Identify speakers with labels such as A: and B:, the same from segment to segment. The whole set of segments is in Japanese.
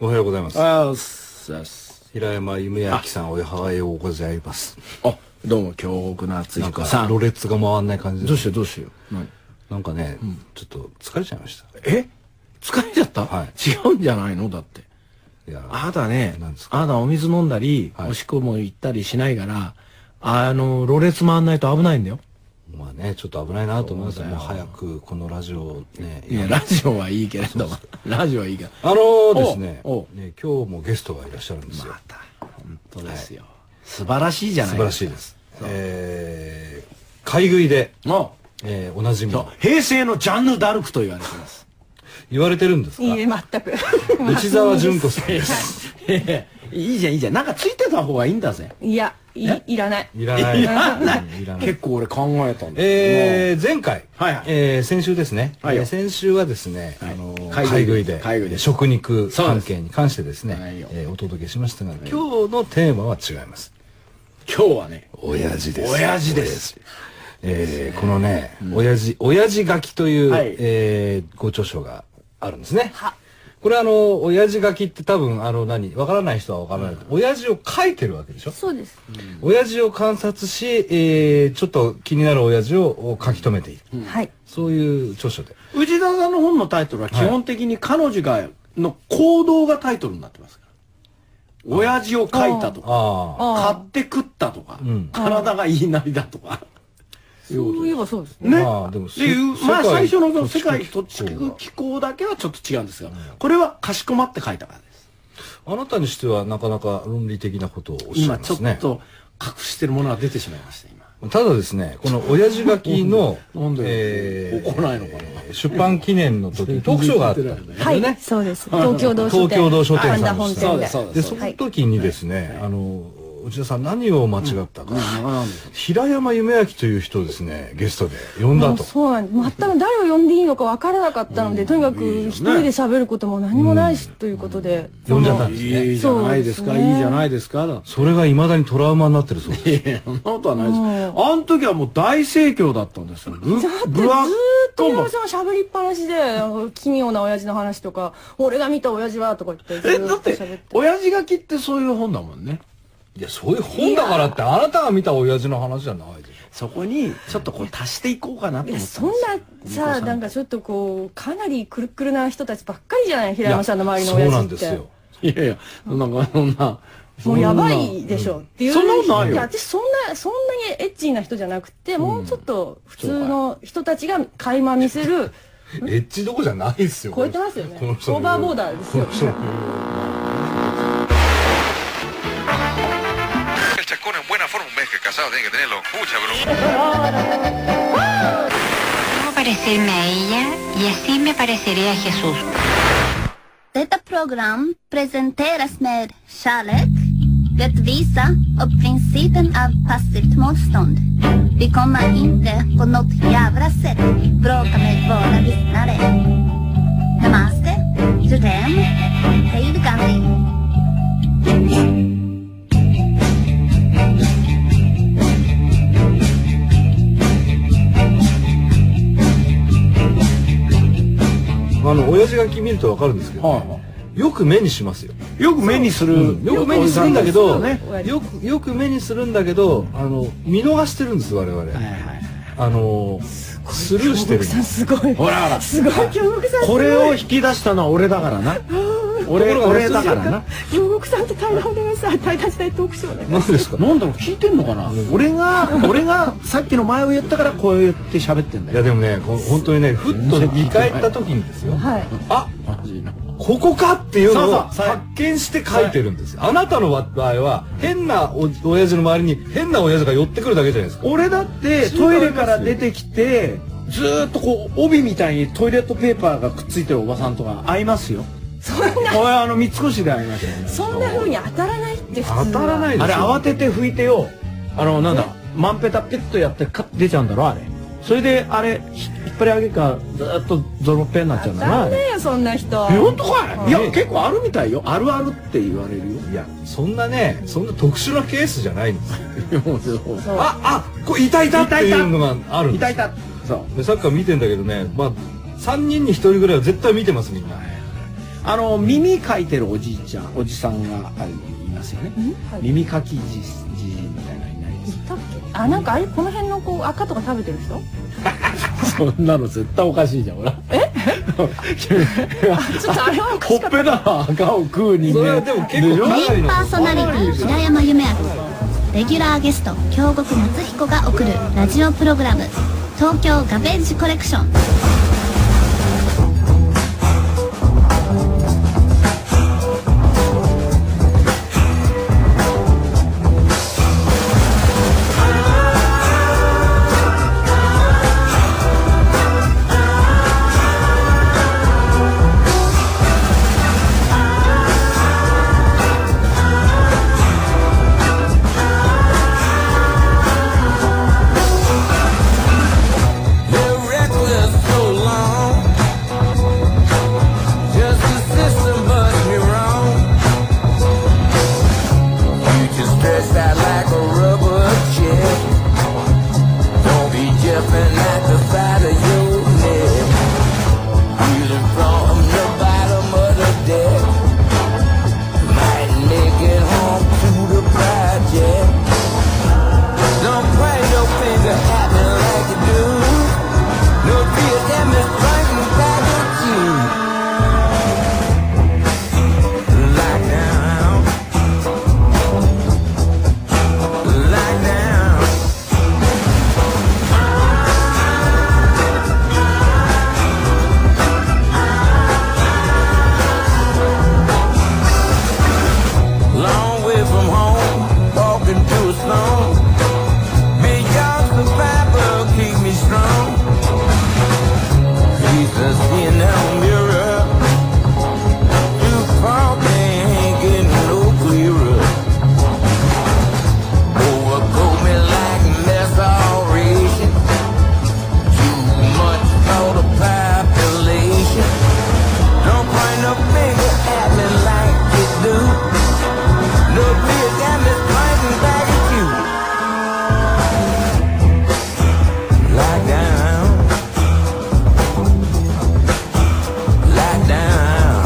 A: おはようございます。
B: あーさす
A: 平山夢明さん、おはようございます。
B: あどうも京極夏彦さん
A: ろれつが回んない感じ
B: ど
A: で
B: う
A: す。
B: しようどうしよう何
A: なんかね、ちょっと疲れちゃいました。
B: え疲れちゃった、
A: はい
B: 違うんじゃないのだって
A: いや、
B: あなたね
A: なんです
B: あなたお水飲んだり、
A: はい
B: おしっこも行ったりしないからあのろれつ回んないと危ないんだよ
A: まあね、ちょっと危ないなと思いますもう早くこのラジオをね、
B: いやラジオはいいけれどもラジオはいいけど
A: あのー、ですね
B: おう
A: ね、今日もゲストがいらっしゃるんですよ
B: ま。た本当ですよ、素晴らしいじゃな
A: 素
B: い
A: 晴らしいです。えー、買い食いで、
B: も
A: えー、おなじみ
B: う
A: の、
B: 平成のジャンヌ・ダルクと言われてます
A: 言われてるんです
C: いい
A: が、
C: え、全く。
A: 内沢純子さんです。
B: いいじゃんいいじゃんなんかついてた方がいいんだぜ
C: いや、い、いらない。
A: いらない。い らいらない。
B: 結構俺考えたんだ
A: えー、前回、
B: はいはい
A: えー先週ですね、
B: はいよ
A: えー先週はですね、
B: はい
A: あのー
B: 買
A: 買
B: い
A: い食
B: 食い
A: い
B: で
A: で
B: 買い食いで
A: 食肉
B: そうで
A: 関
B: す
A: 係に関してですね、
B: はいよ
A: えーお届けしましたが、今日のテーマは違います
B: 今日はね
A: 親父です
B: 親父です
A: えーこのね、親父親父書きという、
B: はい
A: えーご著書があるんですね
C: は
A: これあの親父書きって多分あの何わからない人はわからないけど、親父を書いてるわけでしょ
C: そうです。
A: 親父を観察し、えーちょっと気になる親父を書き留めている、
C: はい。
A: そういう著書で
B: 内田さんの本のタイトルは基本的に彼女がの行動がタイトルになってますから、親父を書いたとか
A: ああ
B: 買
C: あ
B: って食ったとか、
A: ん
B: 体が言いなりだとか
C: そういえばそうですね。
B: ね、
A: まあでも
B: っていう
A: せ
B: ま
A: 世
B: あ
A: 界
B: 最初のこの世
A: 土地
B: 界
A: と
B: と
A: 地
B: 地
A: 区
B: 区気候だけはちょっと違うんですが、これはかしこまって書いたからです
A: あなたにしてはなかなか論理的なことをおっしゃ
B: 今
A: いま
B: ちょ
A: すね
B: っ。と隠してるものが出てしまいました今
A: ただですね、この親父書き の、
B: なんで
A: えー
B: 怒らないのかな
A: えー出版記念の 時にトークショーがあったんですよね。
C: はい、そうです。東京道書店。
A: 東京道書店さん
C: 神田本店で。
B: そうです
A: で、
B: そ
A: そうの時にですね、あの、内田さん何を間違ったか、
B: なんです
A: 平山夢明という人をですね、ゲストで呼んだ
C: もう
A: と。
C: そうなん全く誰を呼んでいいのか分からなかったので、とにかく一人で喋ることも何もないし、ということで。
A: 呼んじゃった
C: そ
A: ん
C: の
A: です
B: いいじゃないですか
C: そうですね
B: いいじゃないですかだって
A: それが未だにトラウマになってるそうです。
B: いやいやそんなことはないです、あの時はもう大盛況だったんですよぶ
C: だってず
B: ぶ
C: ー
B: わっ
C: っと山本さん喋りっぱなしで、あの奇妙な親父の話とか、俺が見た親父はとか言って、ず
B: えだ
C: ー
B: っ
C: っと
B: て
C: 喋って。
B: 親父書きってそういう本だもんね
A: いや、そういう本だからって、あなたが見た親父の話じゃないでし
B: そこにちょっとこう足していこうかなと
C: い
B: 思っ
C: や
B: て
C: そんなさなんかちょっとこうかなりくるくるな人たちばっかりじゃない平山さんの周りの
A: そう
C: 親
A: な
C: 父
A: ん
C: って
A: ですよ。
B: いやいやなんかそんな
C: もうやばいでしょっていう
B: そんなことないよ
C: や私そんなそんなにエッチーな人じゃなくて、もうちょっと普通の人たちが垣間見せる
A: エッジどこじゃないですよ。
C: 超えてますよね
A: この人の
C: オーバーボーダーですよ
D: El chacón en buena forma, un mes que casado tiene que tenerlo. Pucha, bro.
E: Debo parecerme a ella y así me pareceré a Jesús.
F: Detta program presenteras med kärlek, rättvisa och principen av passivt motstånd. Vi kommer inte på något jävla sätt bråka med våra lyssnare. Namaste, Jodem, Hej Gandhi.
A: あの親父が見るとわかるんですけど、
B: はいは
A: よく目にしますよ。
B: よく目にする、
A: よく目にするんだけ
B: お
A: ど、
B: じさんですよね
A: よくよく目にするんだけど、あの見逃してるんです我々。
B: はいはい
A: あのスルーしてるんで
C: さん
A: す。
C: すごい
B: ほらほら
C: すごい京極さんすごい
B: これを引き出したのは俺だから な俺
A: ところが
B: 俺だからな
C: 京極さんと対談お願いした対談したいトークショーね
A: 何ですか。
B: なんだろう聞いてんのかな俺が俺がさっきの前を言ったからこう言って喋ってんだ
A: いや
B: よ
A: でもね、こう本当にね、ふっと見返った時にですよ。
C: はい
A: あ、
B: マジな
A: ここかっていうのを
B: そうそう
A: 発見して書いてるんですよ。あなたの場合は変なお親父の周りに変な親父が寄ってくるだけじゃないですか。
B: 俺だってトイレから出てきてずーっとこう帯みたいにトイレットペーパーがくっついてるおばさんとか会いますよ
C: そんな
B: これあの三越で会いましたよね
C: そんな風に当たらないって普通は
A: 当たらない
B: あれ慌てて拭いてよあのなんだマンペタピュッとやってカッて出ちゃうんだろあれそれであれひ引っ張り上げかずーっとゾロペンになっちゃうん
C: 当
B: だ
C: たら
B: な
C: ないよそんな人
B: え本当かいいや
A: ね
B: 結構あるみたいよあるあるって言われるよ
A: いや、そんなね、そんな特殊なケースじゃないんですよ。
B: そう
C: そう
A: あ、あ、これいたいたっていうのがあるん
B: い
A: です
B: た
A: よ
B: いたそう
A: でサッカー見てんだけどね、まあ、3人に1人ぐらいは絶対見てますみんな
B: あの耳かいてるおじいちゃんおじさんがあるいますよね
C: はい
B: 耳かきじじいみたいなのいないです
C: たっけあなんかあれこの辺のこう赤とか食べてる人
B: そんなの絶対おかしいじゃんほら え
C: ちょっとあれはおか
B: ほ
C: し
B: っ
C: かっ
B: ぺだ赤を食う人間
A: それはでも結構
B: しょ
A: かな
F: メイ
A: り
F: ン
A: の
F: パーソナリティ平山夢明レギュラーゲスト京極夏彦が送るラジオプログラム「東京ガベージコレクション」
G: They're reckless so long. Just the system must be wrong. Future stretched out like a rubber chip. Don't be jumping at the side of your neck. Reeling from the bottom of the deck. Might make it home to the project. Don't pray, don't think it happen like you do. No fear, damn it, frightened back at you. Lie down. Lie down. Long way from home, walking through a storm. Big yard survivor, keep me strong. Jesus in the mirror. You probably ain't getting no clearer. Oh, Overcoat me like restoration. Too much for the population. Don't point no finger at me like you do. No big damage pointing back at you. Lie down. Lie down.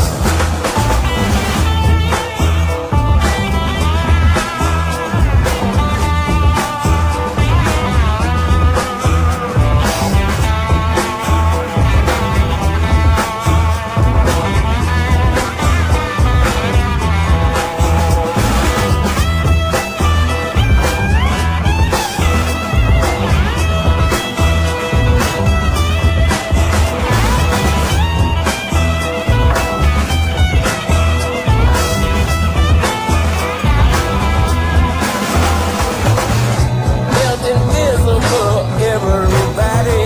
G: felt invisible, everybody.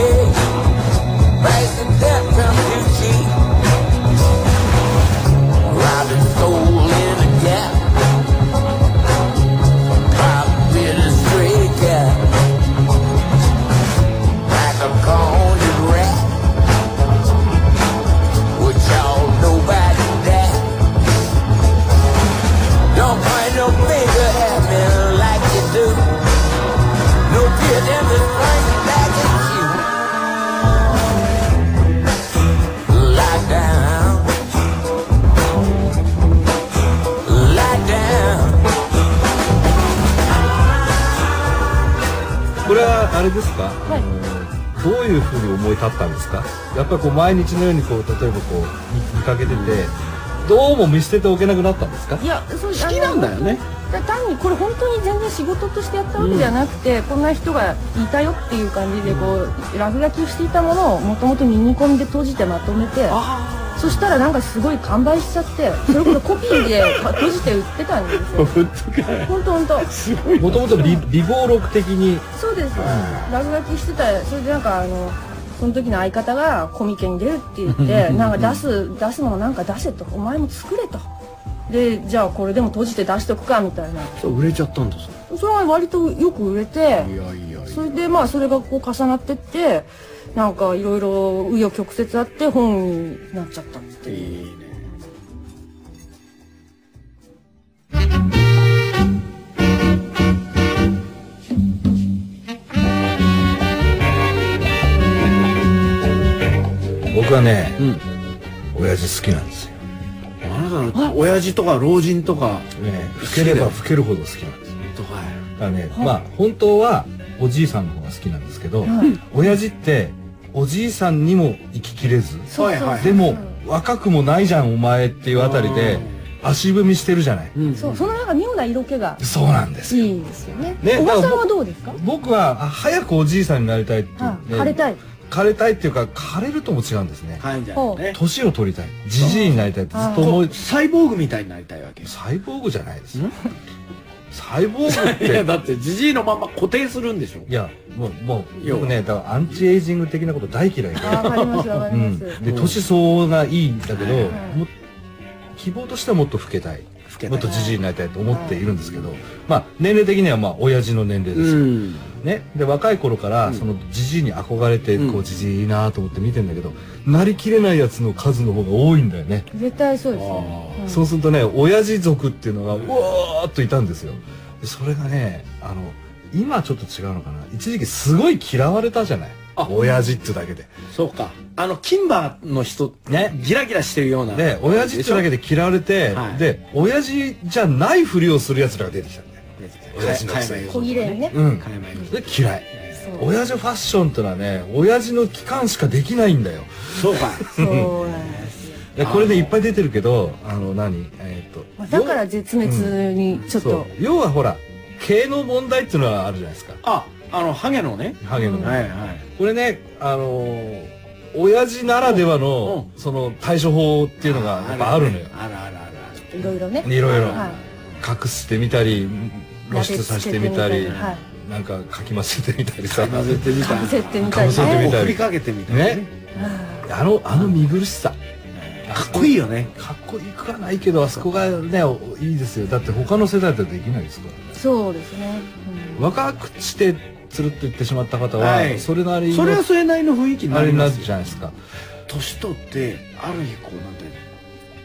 G: Price of death comes too cheap. Robbing soul in a gap. Pop in a stray cat. Like a cornered rat. Would y'all know about that? Don't point no finger at me like you do. No fear, damn it, right back at you. Lie down. Lie down.
A: これはあれですか、
C: い
A: あのどういうふうに思い立ったんですかやっぱりこう毎日のようにこう例えばこう見見かけててどうも見捨てておけなくなったんですか
C: たいやそう好
B: 好きなんだよね
C: 単にこれ本当に全然仕事としてやったわけじゃなくて、こんな人がいたよっていう感じでこう落書きをしていたものをもともとミニコンで閉じてまとめてそしたらなんかすごい完売しちゃってそれこそコピーで閉じて売ってたんです
B: 本
C: よ
B: 当かよ
C: 本当本当
B: すごい
A: もともとリリボ録的に
C: そうです、落書きしてたそれでなんかあのその時の相方がコミケに出るって言ってなんか出す出すものなんか出せとお前も作れとでじゃあこれでも閉じて出しとくかみたいな
B: そう売れちゃったんだそ
C: それは割とよく売れて
B: れいやいやいや
C: それでまあそれがこう重なってってなんかいろいろ紆余曲折あって本になっちゃったっていう
B: いいね
A: 僕はね、
B: うん
A: 親父好きなんですよ
B: は親父とか老人とか
A: ね老ければ老けるほど好きなんですよ
B: とか
A: だからね、まあ本当はおじいさんの方が好きなんですけど、親父っておじいさんにも生ききれず
B: はいはい
A: でも若くもないじゃんお前っていうあたりで足踏みしてるじゃない、
B: うん
C: そうそのなんか妙な色気が
A: そうなんです
C: い
A: よ
C: いんですよね
A: ね
C: おばさん
A: だから
C: はどうですか
A: 僕はあ早くおじいさんになりたいって言
C: あ
A: って
C: 枯れたい
A: 枯れたいっていうか枯れるとも違うんですね
B: はいみたいなね
A: 年を取りたいじじいになりたいってずっと思い
B: サイボーグみたいになりたいわけ
A: サイボーグじゃないですよサイボーグ
B: い
A: って
B: やだってじじいのまま固定するんでしょ
A: いやもうもう
B: 要は
A: 僕ねだからアンチエイジング的なこと大嫌いで
C: あわかりますわか
A: う
C: りま
A: ん、
C: す、
A: で年相応がいいんだけど、
B: はい
A: も希望としてはもっと老けたい
B: 老けたい
A: もっとじじいになりたいと思っているんですけど、まあ年齢的にはまあ親父の年齢ですよ、
B: ん
A: ね、で若い頃からそのじじいに憧れて
B: うん
A: こうじじいいいなと思って見てんだけど、なりきれないやつの数の方が多いんだよね、
C: 絶対そうですね
A: そうするとね親父族っていうのがうわーっといたんですよでそれがねあの今ちょっと違うのかな一時期すごい嫌われたじゃない
B: あ
A: 親父ってだけで
B: そうかあのキンバーの人
A: ね
B: ギラギラしてるような
A: で親父ってだけで嫌われて、
B: はい
A: で親父じゃないふりをするやつらが出てきたんだよ、親父のくせに
C: 小綺麗にね
A: うん、
B: 買えばい
A: で
B: い
A: 嫌い
C: そう
A: 親父ファッションってのはね親父の期間しかできないんだよ
B: そうか
C: そうなんですよ
A: でこれねいっぱい出てるけどあの何えーっと
C: まあだから絶滅にちょっと、
A: そう要はほら系の問題っていうのはあるじゃないですか
B: ああのハゲのね
A: ハゲのね、
B: はいはい
A: これねあのー親父ならではの、その対処法っていうのがやっぱあるのよ
B: あるあるある
C: いろいろね
A: いろいろ
C: は
A: 隠してみたり露出させてみたり、
C: はい
A: なんかかき混ぜてみたりさ
B: ある混ぜてみた
C: かぶせてみた
A: かぶ
C: り
A: せてみ
C: ね
A: たい
B: 振りかけてみたい
A: ねあのあの見苦しさ
B: かっこいいよね
A: かっこいくはないけどあそこがねおいいですよだって他の世代ではできないですから
C: そうですね、
A: 若くしてつるっといってしまった方は、
B: はい
A: それなりの
B: それはそれなりの雰囲気に
A: あ
B: な
A: れ
B: り
A: にな
B: ま
A: る
B: すよ
A: じゃないですか、
B: 年取ってある日こうなんて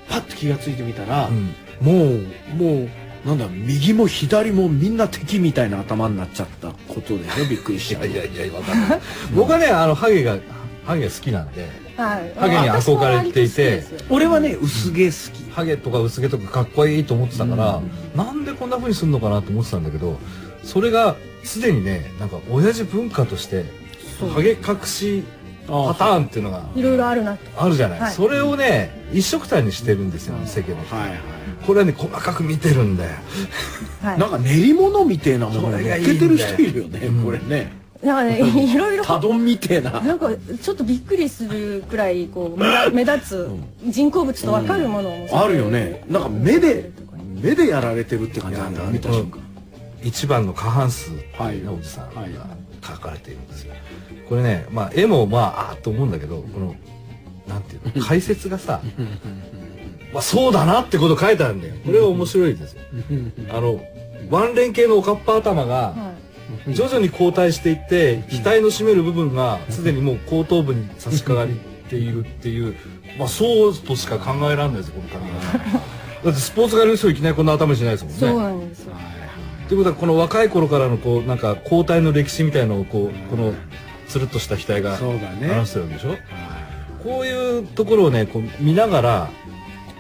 B: パッと気がついてみたら、
A: うん
B: もうもうなんだ右も左もみんな敵みたいな頭になっちゃったことでねびっくりし
A: い
B: ち
A: や
B: ゃう
A: いやいやわかん ない僕はねあのハゲがハゲが好きなんで
C: うんはい
A: ハゲに憧れていて
C: 私も割と好きですよ
B: 俺はね薄毛好き、
A: ハゲとか薄毛とかかっこいいと思ってたから、なんでこんな風にするのかなと思ってたんだけどそれがすでにねなんか親父文化として
C: そう
A: ハゲ隠しパターンっていうのが
C: いろいろあるなと
A: あるじゃない、
C: はい
A: それをね一緒くたにしてるんですよ世間は、
B: はいはい、
A: これはね細かく見てるんだよ
C: はい
B: なんか練り物みてえなもの
A: そ
B: が
A: れ
B: 乗
A: が
B: っ
A: いい
B: け
A: んだよ
B: てる人いるよね、これね
C: なんかねいろいろ
B: 多丼みてえな
C: なんかちょっとびっくりするくらいこう目立目立つ人工物と分かるものを
B: あるよねなんか目で目でやられてるって感じなんだ
A: いや
B: 見た瞬間
A: 一番の過半数のおじさんが書かれているんですよこれねまあ絵もまああーっと思うんだけどこのなんていうの解説がさまあそうだなってこと書いてあるんだよこれは面白いですよあの腕連系のおかっぱ頭が徐々に後退していって額の占める部分がすでにもう後頭部に差し掛かっているっていうまあそうとしか考えられないですよこの髪 型だってスポーツがいる人いきなりこんな頭しないですもんね
C: そうなんですよ
A: ということはこの若い頃からのこうなんか交代の歴史みたいのをこうこのつるっとした額が
B: そうだね
A: 表してるわけでしょこういうところをねこう見ながら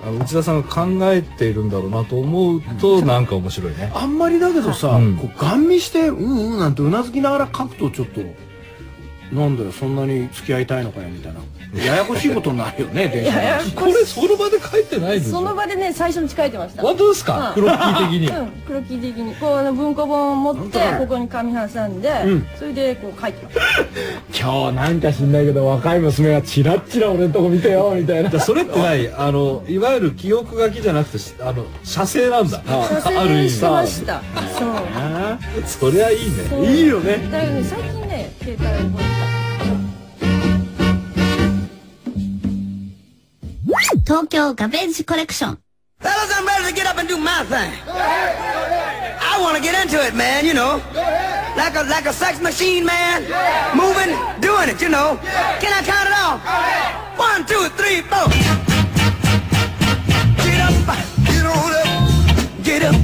A: あの内田さんが考えているんだろうなと思うとなんか面白いね
B: あんまりだけどさ、
A: うん
B: こうガン見してうんうんなんてうなずきながら書くとちょっとなんだよそんなに付き合いたいのかよみたいなややこしいことになるよね電車
C: いや
B: の
C: い
A: これその場で書いてないでし
C: その
A: ょ
C: 場でね最初に誓えてました
A: 本当ですか
C: う
A: 黒ロッキー的
C: う
A: に
C: ん、黒木的にこうあの文庫本を持ってここに紙挟んで、
B: うん
C: それでこう書いてました
B: 今日なんか知んないけど若い娘がチラッチラ俺のとこ見てよみたいな
A: だからそれってないあのいわゆる記憶書きじゃなくてしあの写生なんだ
C: 写
A: ある
C: 生
A: 意
C: して
A: 味
C: ましたそ
A: そ
C: う
A: りゃいいね
C: そう
B: いいよね
C: だよね最近ね携帯を
F: 東京ガベージコレクション
H: Fellas, I'm ready to get up and do my thing. I want to get into it, man, you know. Like a like a sex machine, man. Moving, doing it, you know. Can I count it off? One, two, three, four. Get up, get on up. Get up,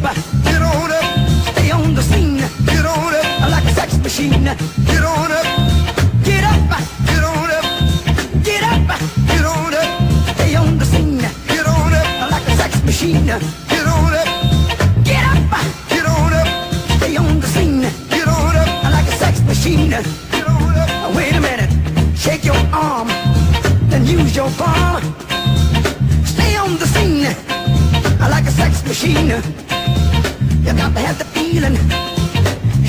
H: get on up. Stay on the scene. Get on up. Like a sex machine. Get on up. Get up, get on up. Get up, get on up. Stay on the scene. Get on up. Like a sex machine. scene. Get on up. Get up. Get on up. Stay on the scene. Get on up. I like a sex machine. Get on up. Wait a minute. Shake your arm. Then use your palm. Stay on the scene. I like a sex machine. You got to have the feeling.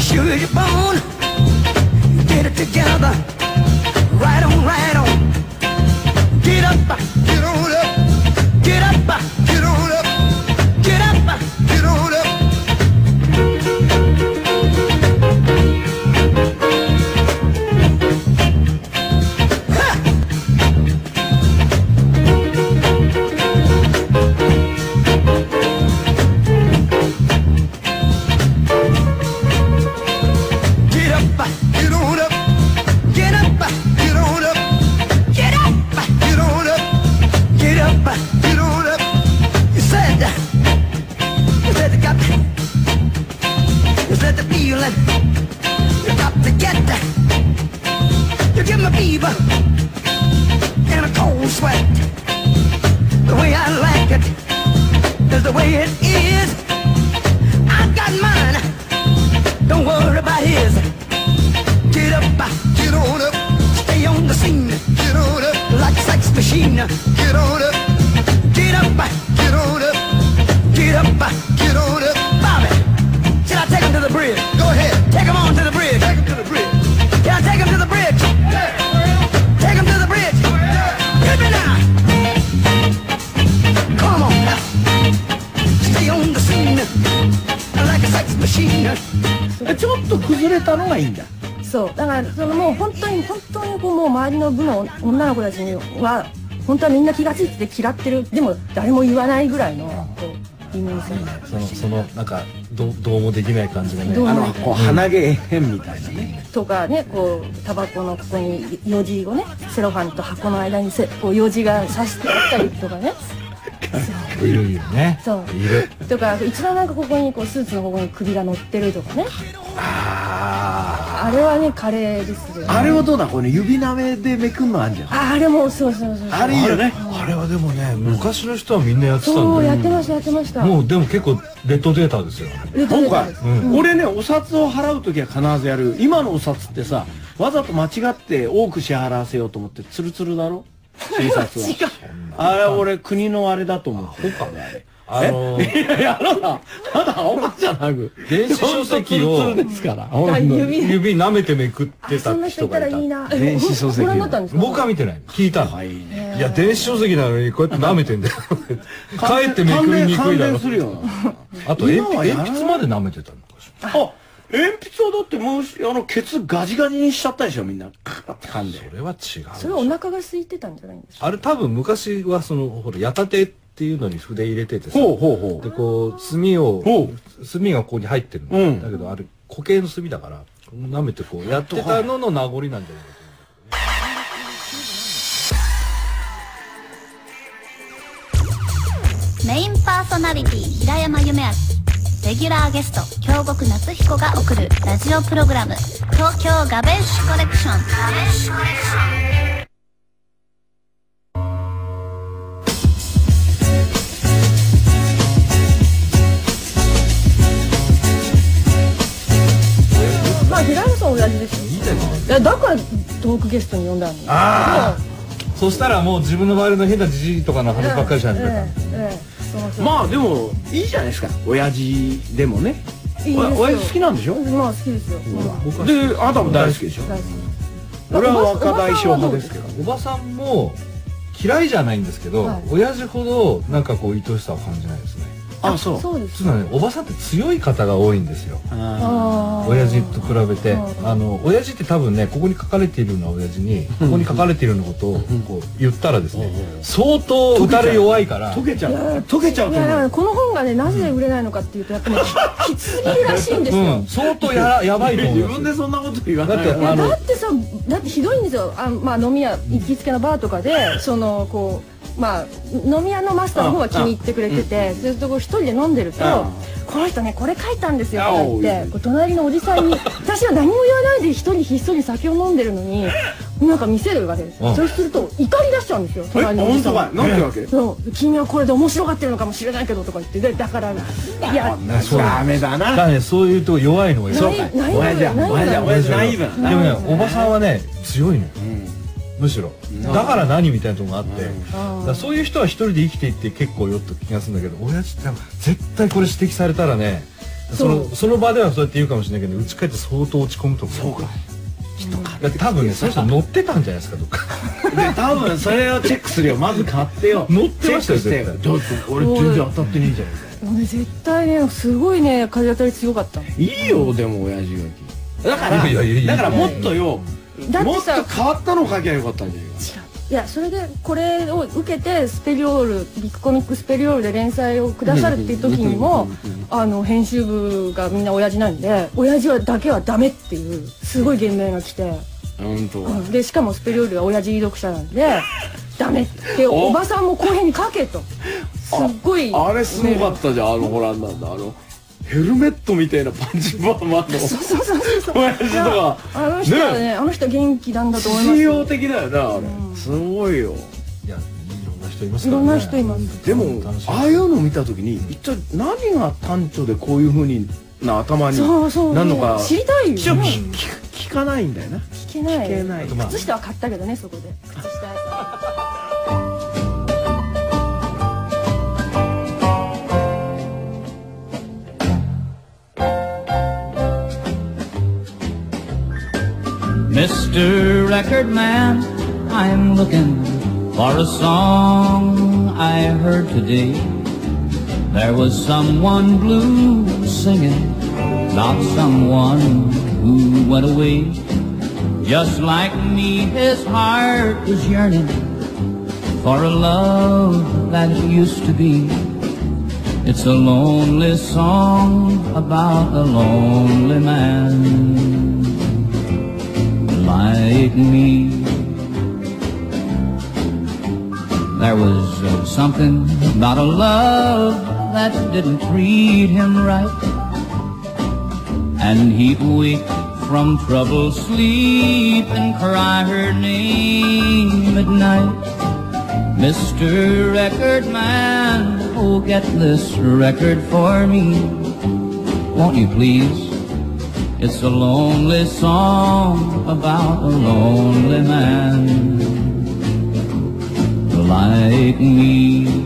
H: Sure as you're born. Get it together. Right on, right on. Get up, get on up, get up, get on up, get up, get on up. Get up, get on up, get up, get on up, get up, get on up, get up, get on up. You said, you said you got, you said the feeling, you got to get that. You give me fever and a cold sweat. The way I like it is the way it is. I got mine. Don't worry about his. Get up, uh, get on up, stay on the scene. Get on up, like a sex machine. Get on up, get up, uh, get on up, get up, uh, get on up. Bobby, should I take him to the bridge? Go ahead, take him on to the bridge. Take him to the bridge. Can I take him to the bridge? Take him to the bridge. Hit me now. Come on now. Stay on the scene, like a sex machine.
B: えちょっと崩れたのがいいんだ
C: そうだからそのもう本当に本当にこうもう周りの部の女の子たちには本当はみんな気がついてて嫌ってるでも誰も言わないぐらいのこう微妙さ
A: そのそのなんかどうどうもできない感じがね
C: どう
B: あ
C: も
B: のこう鼻毛変みたいなね
C: とかねこうタバコのここによじをねセロハンと箱の間にせこうよじが刺してあったりとかね
A: いるよね
C: そう
A: いる
C: とか一番なんかここにこうスーツのここに首が乗ってるとかね
A: あ
C: あれはねカレーですよね
B: あれはどうだこの指舐めでめくんのあんじゃん
C: ああれもそうそうそうそう
B: あれいいよね
A: ああれはでもね昔の人はみんなやってたんだ
C: そうや
A: よ
C: ってましたやってました
A: もうでも結構レッドデータですよ
C: レトル
B: 今
C: ト
B: 回
C: です、
B: 俺ねお札を払う時は必ずやる今のお札ってさわざと間違って多く支払わせようと思ってツルツルだろ新札はあれ俺国のあれだと思う
A: そうかねあの
B: いやいやあなたあなた青葉じゃなく
A: 電子書籍を
B: ほんとツルツルですから
C: 指
A: 指舐めてめくって
C: そ
A: た
C: んな人
A: 人
C: いた
A: が
C: ら
A: いた
C: いいな。
B: 電子書籍
C: ご覧になったんですか
A: 僕は見てない聞いたの
B: はい
A: い
B: いね
A: や電子書籍なのにこうやって舐めてんだよかえってめくりにくいだろ
B: 感電するよ
A: あと鉛
B: 今は
A: 筆
B: やらない
A: 鉛筆まで舐めてたのかし
B: あ鉛筆はだってもうあのケツガジガジにしちゃったでしょみんなカーって噛んで
A: らそれは違う
C: それはお腹が空いてたんじゃないんですか
A: あれ多分昔はそのほら矢立てっていうのに筆入れててさ
B: ほうほうほ
A: でこう墨を
B: ほ
A: 墨がここに入ってるんだ,、
B: うん
A: だけどあれ固形の墨だから舐めてこうやってたのの名残なんじゃないか
F: メインパーソナリティ平山夢明レギュラーゲスト京極夏彦が送るラジオプログラム「東京ガベッシュコレクション」
C: まあ平山さん同じです
A: 言いたいこと
C: いやだからトークゲストに呼んだのに
A: ああそしたらもう自分の周りの変なじじいとかの話ばっかりじゃないか、
C: ええええそうそう
B: まあでもいいじゃないですか親父でもね
C: いいですよ
B: お親父好きなんでしょで
C: まあ好きですよ
B: あなたも大好きでしょ
C: 大好
B: 俺は若大将派ですけど
A: おばさんも嫌いじゃないんですけど、
C: はい
A: 親父ほどなんかこう愛しさを感じないですね
B: あそう
C: きそうです
A: 実はねおばさんって強い方が多いんですよ
B: あ
C: あー
A: 親父と比べてあの親父って多分ねここに書かれているような親父にここに書かれているようなことをこう言ったらですね相当打たれ弱いから
B: ー溶けちゃう溶けちゃう
C: い
B: と
C: やだか
B: 思う
C: らこの本がねなぜ売れないのかっていうとやっぱりききつすぎるらしいんですよ、
A: うん相当やらやばいと思い
B: 自
A: ます
B: 分でそんなこと言わ
A: だっ
B: ない
A: て
B: よ
A: あの
C: だってさだってひどいんですよあ、まあ、飲み屋行きつけのバーとかでそのこうまあ飲み屋のマスターの方が気に入ってくれててそういうとこ一人で飲んでると
B: あ
C: 「この人ねこれ書いたんですよ」
B: あ
C: って言ってこう隣のおじさんに私は何も言わないで一人ひっそり酒を飲んでるのになんか見せるわけです、
A: うん
C: そうすると怒り出しちゃうんですよ
B: え
C: 隣のおじ
B: 本当
C: さん
B: かい
C: が
B: なんてわけ
C: そう君はこれで面白がってるのかもしれないけどとか言ってでだからいや
A: そう
B: ダメだ
A: だ
B: な
A: からねそういうとこ弱いのがいる
C: そうかない
B: おやじゃ
C: ない
B: おやじゃおやじナイー
A: で
B: ブな
A: もねおばさんはね強いのよむしろだから何みたいなとこがあってだからそういう人は一人で生きていって結構よっと気がするんだけど親父って絶対これ指摘されたらねそのその場ではそうやって言うかもしれないけど家帰って相当落ち込むと思うそうかだって多分ねその人乗ってたんじゃないですかどっか
B: で多分それをチェックするよまず買ってよ
A: 乗ってましたよ
B: チェックしてよだって俺全然当たってねえじゃん
C: もうね絶対ねすごいね風当たり強かった
B: いいよでも親父がだから
A: いやいやいや
B: だからもっとよ
C: だっ
B: も
C: て
B: っと
C: さ
B: 変わったのを書きゃよかったんじゃない
C: いやそれでこれを受けてスペリオールビッグコミックスペリオールで連載をくださるっていう時にもあの編集部がみんな親父なんで親父はだけはダメっていうすごい言命が来て、
B: か本当
C: う
B: は
C: んでしかもスペリオールは親父読者なんでダメって
B: お
C: おばさんも後編にかけとすっごい
B: あれすごかったじゃんあのほらなんだあのヘルメットみたいなパンチバーマンの
C: そうそうそうそう
B: 親父とか
C: いやあの人はねあの人は元気なんだと思います
B: 必要的だよなあれすごいよ
A: いやいろんな人います
C: い
A: から
C: ろ
A: ね
C: んな人います
B: でも
A: 楽しい
B: ああいうのを見た時に一体何が単調でこういうふうにな頭に
C: そうそう
B: なんのか
C: 知りたいよ
B: 一応
C: ね
B: 聞聞聞かないんだよな
C: 聞けない
B: 聞けない
A: あとまあ
C: 靴下は買ったけどねそこで靴下
I: Mr. Record Man, I'm looking for a song I heard today. There was someone blue singing, not someone who went away. Just like me, his heart was yearning for a love that it used to be. It's a lonely song about a lonely man like me. There was uh, something about a love that didn't treat him right. And he'd wake from troubled sleep and cry her name at night. Mr. Record Man, oh, get this record for me. Won't you please? It's a lonely song about a lonely man like me.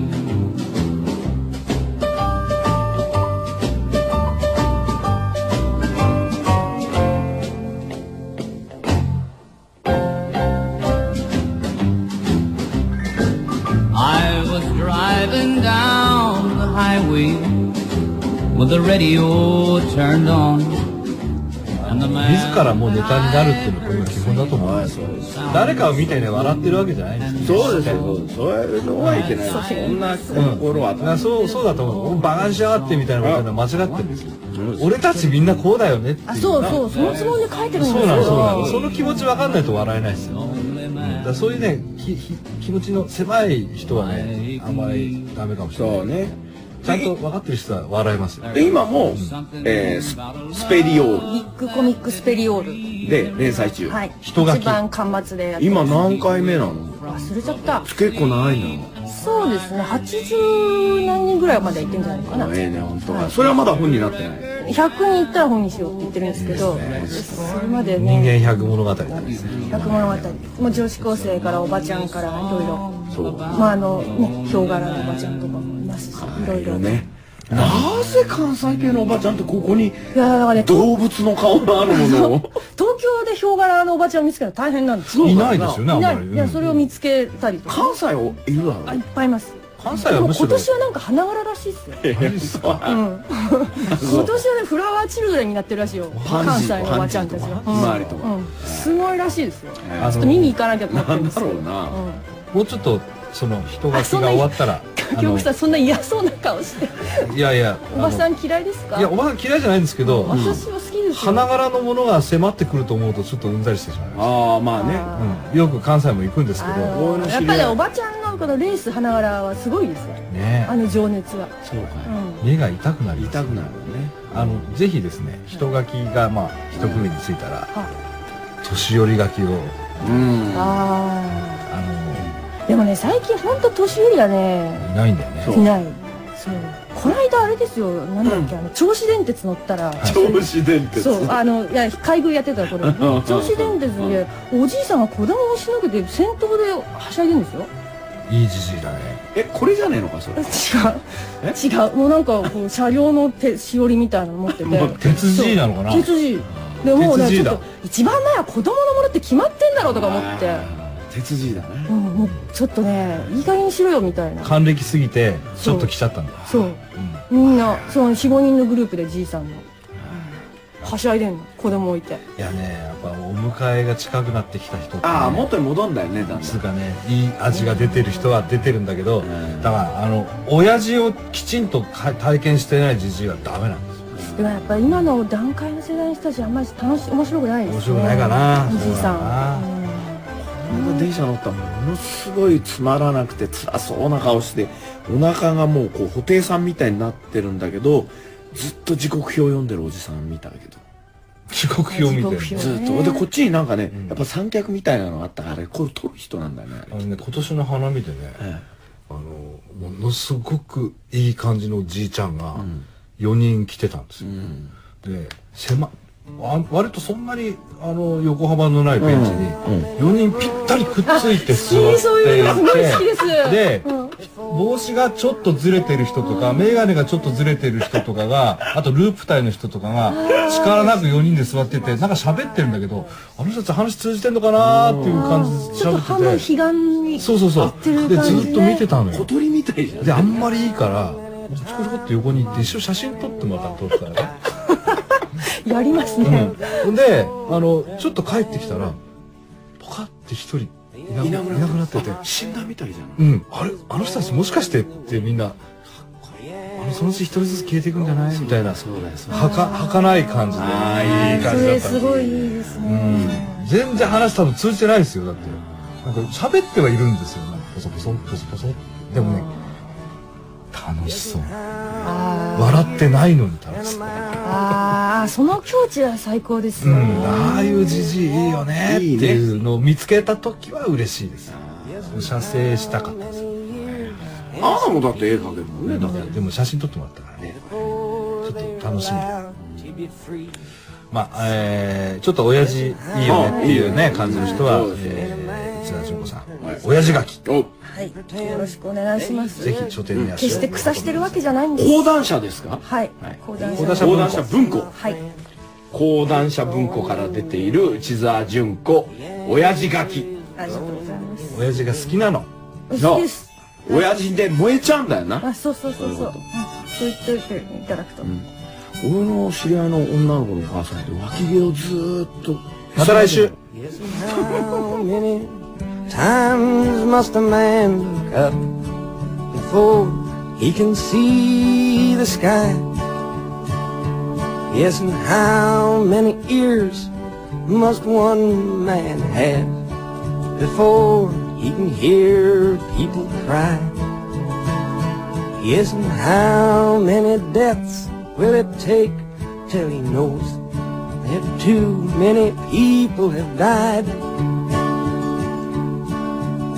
I: I was driving down the highway with the radio turned on. And the man
A: 自らもうネタになるっていうのはこれが基本だと思うんですよ誰かを見てね笑ってるわけじゃないんですよ
B: そうですよそういうのはいけないよそんな心は
A: だからそうそうだと思う馬鹿にしやがってみたいなこと言うのは間違ってるんですよ俺たちみんなこうだよねっていう
C: あそうそうそのつもりで書いてるんです
A: そ
C: よ
A: うなのそうなのその気持ち分かんないと笑えないですよだからそういうねきき気持ちの狭い人はねあんまりダメかもしれない
B: そうね
A: ちゃんと分かってる人は笑えますよ
B: で今も、えーススペリオー
C: ビッグコミックスペリオー
B: ルで連載中、
C: ルはい
A: 人書き
C: 一番巻末でやって
B: 今何回目なの
C: 忘れちゃった
B: 結構長いん
C: そうですね80何人ぐらいまで行ってんじゃないか
B: だ
C: な
B: なええね本当はそれはまだ本になってない
C: 100人いったら本にしようって言ってるんですけどそれまで
A: 人
C: ね
A: 間百物語ですね
C: 百物語もう女子高生からおばちゃんからいろいろ
B: そう
C: まああのねヒョウ柄のおばちゃんとかもいますしいろいろ
B: ねなぜ関西系のおばちゃんってここに
C: いやだからね
B: 動物の顔のあるものを
C: 東京でヒョウ柄のおばちゃんを見つけるの大変なんです
A: いないですよねあん
C: い
A: ま
C: な
A: り
C: いいうや
A: ん
C: それを見つけたりとか
B: 関西をいるだろ
C: あいっぱいいます
A: 関西
C: で
A: は
C: も
A: むし
C: 今
A: ろ
C: 年はなんか花柄らしいっす よ今年はねフラワーチルドレンになってるらしいよ
B: パン
C: 関
B: ジー
C: 西のおばちゃんたちが
B: パンジーとかひまわりと
C: う
B: か
C: ん、すごいらしいですよち
A: あ
C: ょっと見
A: の
C: に行かなきゃと思って
B: な
C: るん
B: ん
C: です
B: だろうな
A: もうちょっとその人書
C: あ
A: き
C: そん
A: が
C: な
A: 終わったらあ
C: 京
A: の
C: 子さんそんな嫌そうな顔して
A: いやいや
C: おばさ
A: あ
C: ん嫌いです
A: の
C: か
A: いやおばさん嫌いじゃないんですけど
C: 私も好きですよ
A: 花柄のものが迫ってくると思うとちょっとうんざりしてしまいま
B: ああまあね
A: す、うん、よく関西も行くんですけ
C: あ
A: ど
C: のやっぱりおばちゃんのこのレース花柄はすごいですよ
A: ね
C: あの情熱は
B: そうか
C: うん
A: 目が痛くなります
B: 痛くなるよね
A: あのぜひですね人書きがまあ一組についたら
C: は
A: 年寄り書きを
C: あ
A: あ
C: あでもね最近ほんと年寄りがね
A: のいないんだよね
B: そう
C: いないそうこの間あれですよなんだっけ、あの銚子電鉄乗ったら
B: 銚子電鉄
C: そうあのいや買い食いやってたこれ 銚子電鉄でおじいさんが子供を押しのけて先頭ではしゃいでんです よ
A: いいじじいだね
B: えこれじゃねえのかそれえ
C: 違う違うもうなんかこう車両の手しおりみたいなの持 ってて
A: 鉄じいなのかな
C: 鉄人でもうね
A: 鉄人
C: ちょ
A: だ
C: っと一番前は子供のものって決まってんだろうとか思って、
B: 鉄人だね
C: うん、もうちょっとねいい加減にしろよみたいな
A: 還暦すぎてち
C: そう
A: ょっと来ちゃったんだよ
C: そうみんなそう45人のグループでじいさんのはしゃいでんの子供置いて
A: いやねやっぱお迎えが近くなってきた人ってね
B: ああ元に戻んだよねだんだん
A: つうかねいい味が出てる人は出てるんだけど
B: ん
A: だからあの親父をきちんとか体験してないじじいはダメなんですよ
C: でもやっぱ今の段階の世代の人たちあんまり楽し面白くないですね
A: 面白くないかな
C: おじい
A: そうだ
C: さ
A: なん
C: うん
B: この電車乗ったらものすごいつまらなくて辛そうな顔してお腹がもうこう布袋さんみたいになってるんだけどずっと時刻表読んでるおじさん見たけど
A: 時刻表みたいな
C: 時刻表
B: ずっとでこっちになんかねやっぱ三脚みたいなのがあったからあれこれ撮る人なんだよねあれ
A: あのね今年の花見でね、
B: え
A: あのものすごくいい感じのおじいちゃんが4人来てたんですよ、で狭わ割とそんなにあの横幅のないベンチに4人ぴったりくっついて座
C: 好
A: っ
C: きそう
A: て
C: い
A: いう
C: のすごい好きで
A: て
C: す
A: で
C: うん
A: 帽子がちょっとずれてる人とか眼鏡がちょっとずれてる人とかがあとループ隊の人とかが力なく4人で座っててなんか喋ってるんだけどあの人たち話通じてんのかなーっていう感じ
C: ち
A: で
C: ょ
A: 喋
C: っと半分
A: って
C: 彼
A: て
C: 岸に
A: そうそうそ
C: てる
A: うで
C: 感じね
A: ずっと見てたの
B: 小
A: よ
B: 鳥みたいじゃん
A: であんまりいいからちょこちょこって横に行って一緒写真撮ってもらったら撮ったらね
C: やりますね、
A: うんであのちょっと帰ってきたらポカって一人いなく
B: いなく
A: いなく
B: な
A: な
B: っ
A: って
B: て
A: て
B: て死んだみたいじゃん
A: うんあれあの人たちもしかしてってみんなあのそのうち一人ずつ消えていくんじゃないみたいな
B: そうだよそうだよ
A: はかはかない感じで
B: あ
A: いい感
C: そ
A: じだ
C: れ
A: った
C: す
A: の
C: ごいいいですね、
A: うん全然話多分通じてないですよだってなんか喋ってはいるんですよなんかポソポソポソポソでもね楽しそう
C: あ
A: 笑ってないのに楽しそう
C: ーあーその境地は最高です
A: う
C: ね、
A: ん、ああいうじじいいいよねって
B: いいね
A: いうのを見つけた時は嬉しいです写生したかったです
B: ああもうだって絵描けるもんねだって
A: でも写真撮ってもらったからねちょっと楽しみまあえー、ちょっと親父いいよねっていうね感じの人は
B: そうですね
A: えー津田淳子さん親父書き
B: お
C: はいよろしくお願いします
A: ぜひ書店に足を
C: 決して草してるわけじゃないんです
B: 講談社ですか
C: はい講談社
A: 講
B: 講談社文庫
C: はい
B: 講談社文庫から出ている内沢純子親父書き
C: ありがとうございます
A: 親父が好きなの
B: の
C: 好きです
B: 親父で燃えちゃうんだよな
C: あそうそうそうそう、うん、そう言っておいていただくと、
B: 俺の知り合いの女の子のお母さんって脇毛をずーっと
A: また来週
G: How many times must a man look up before he can see the sky? Yes, and how many ears must one man have before he can hear people cry? Yes, and how many deaths will it take till he knows that too many people have died?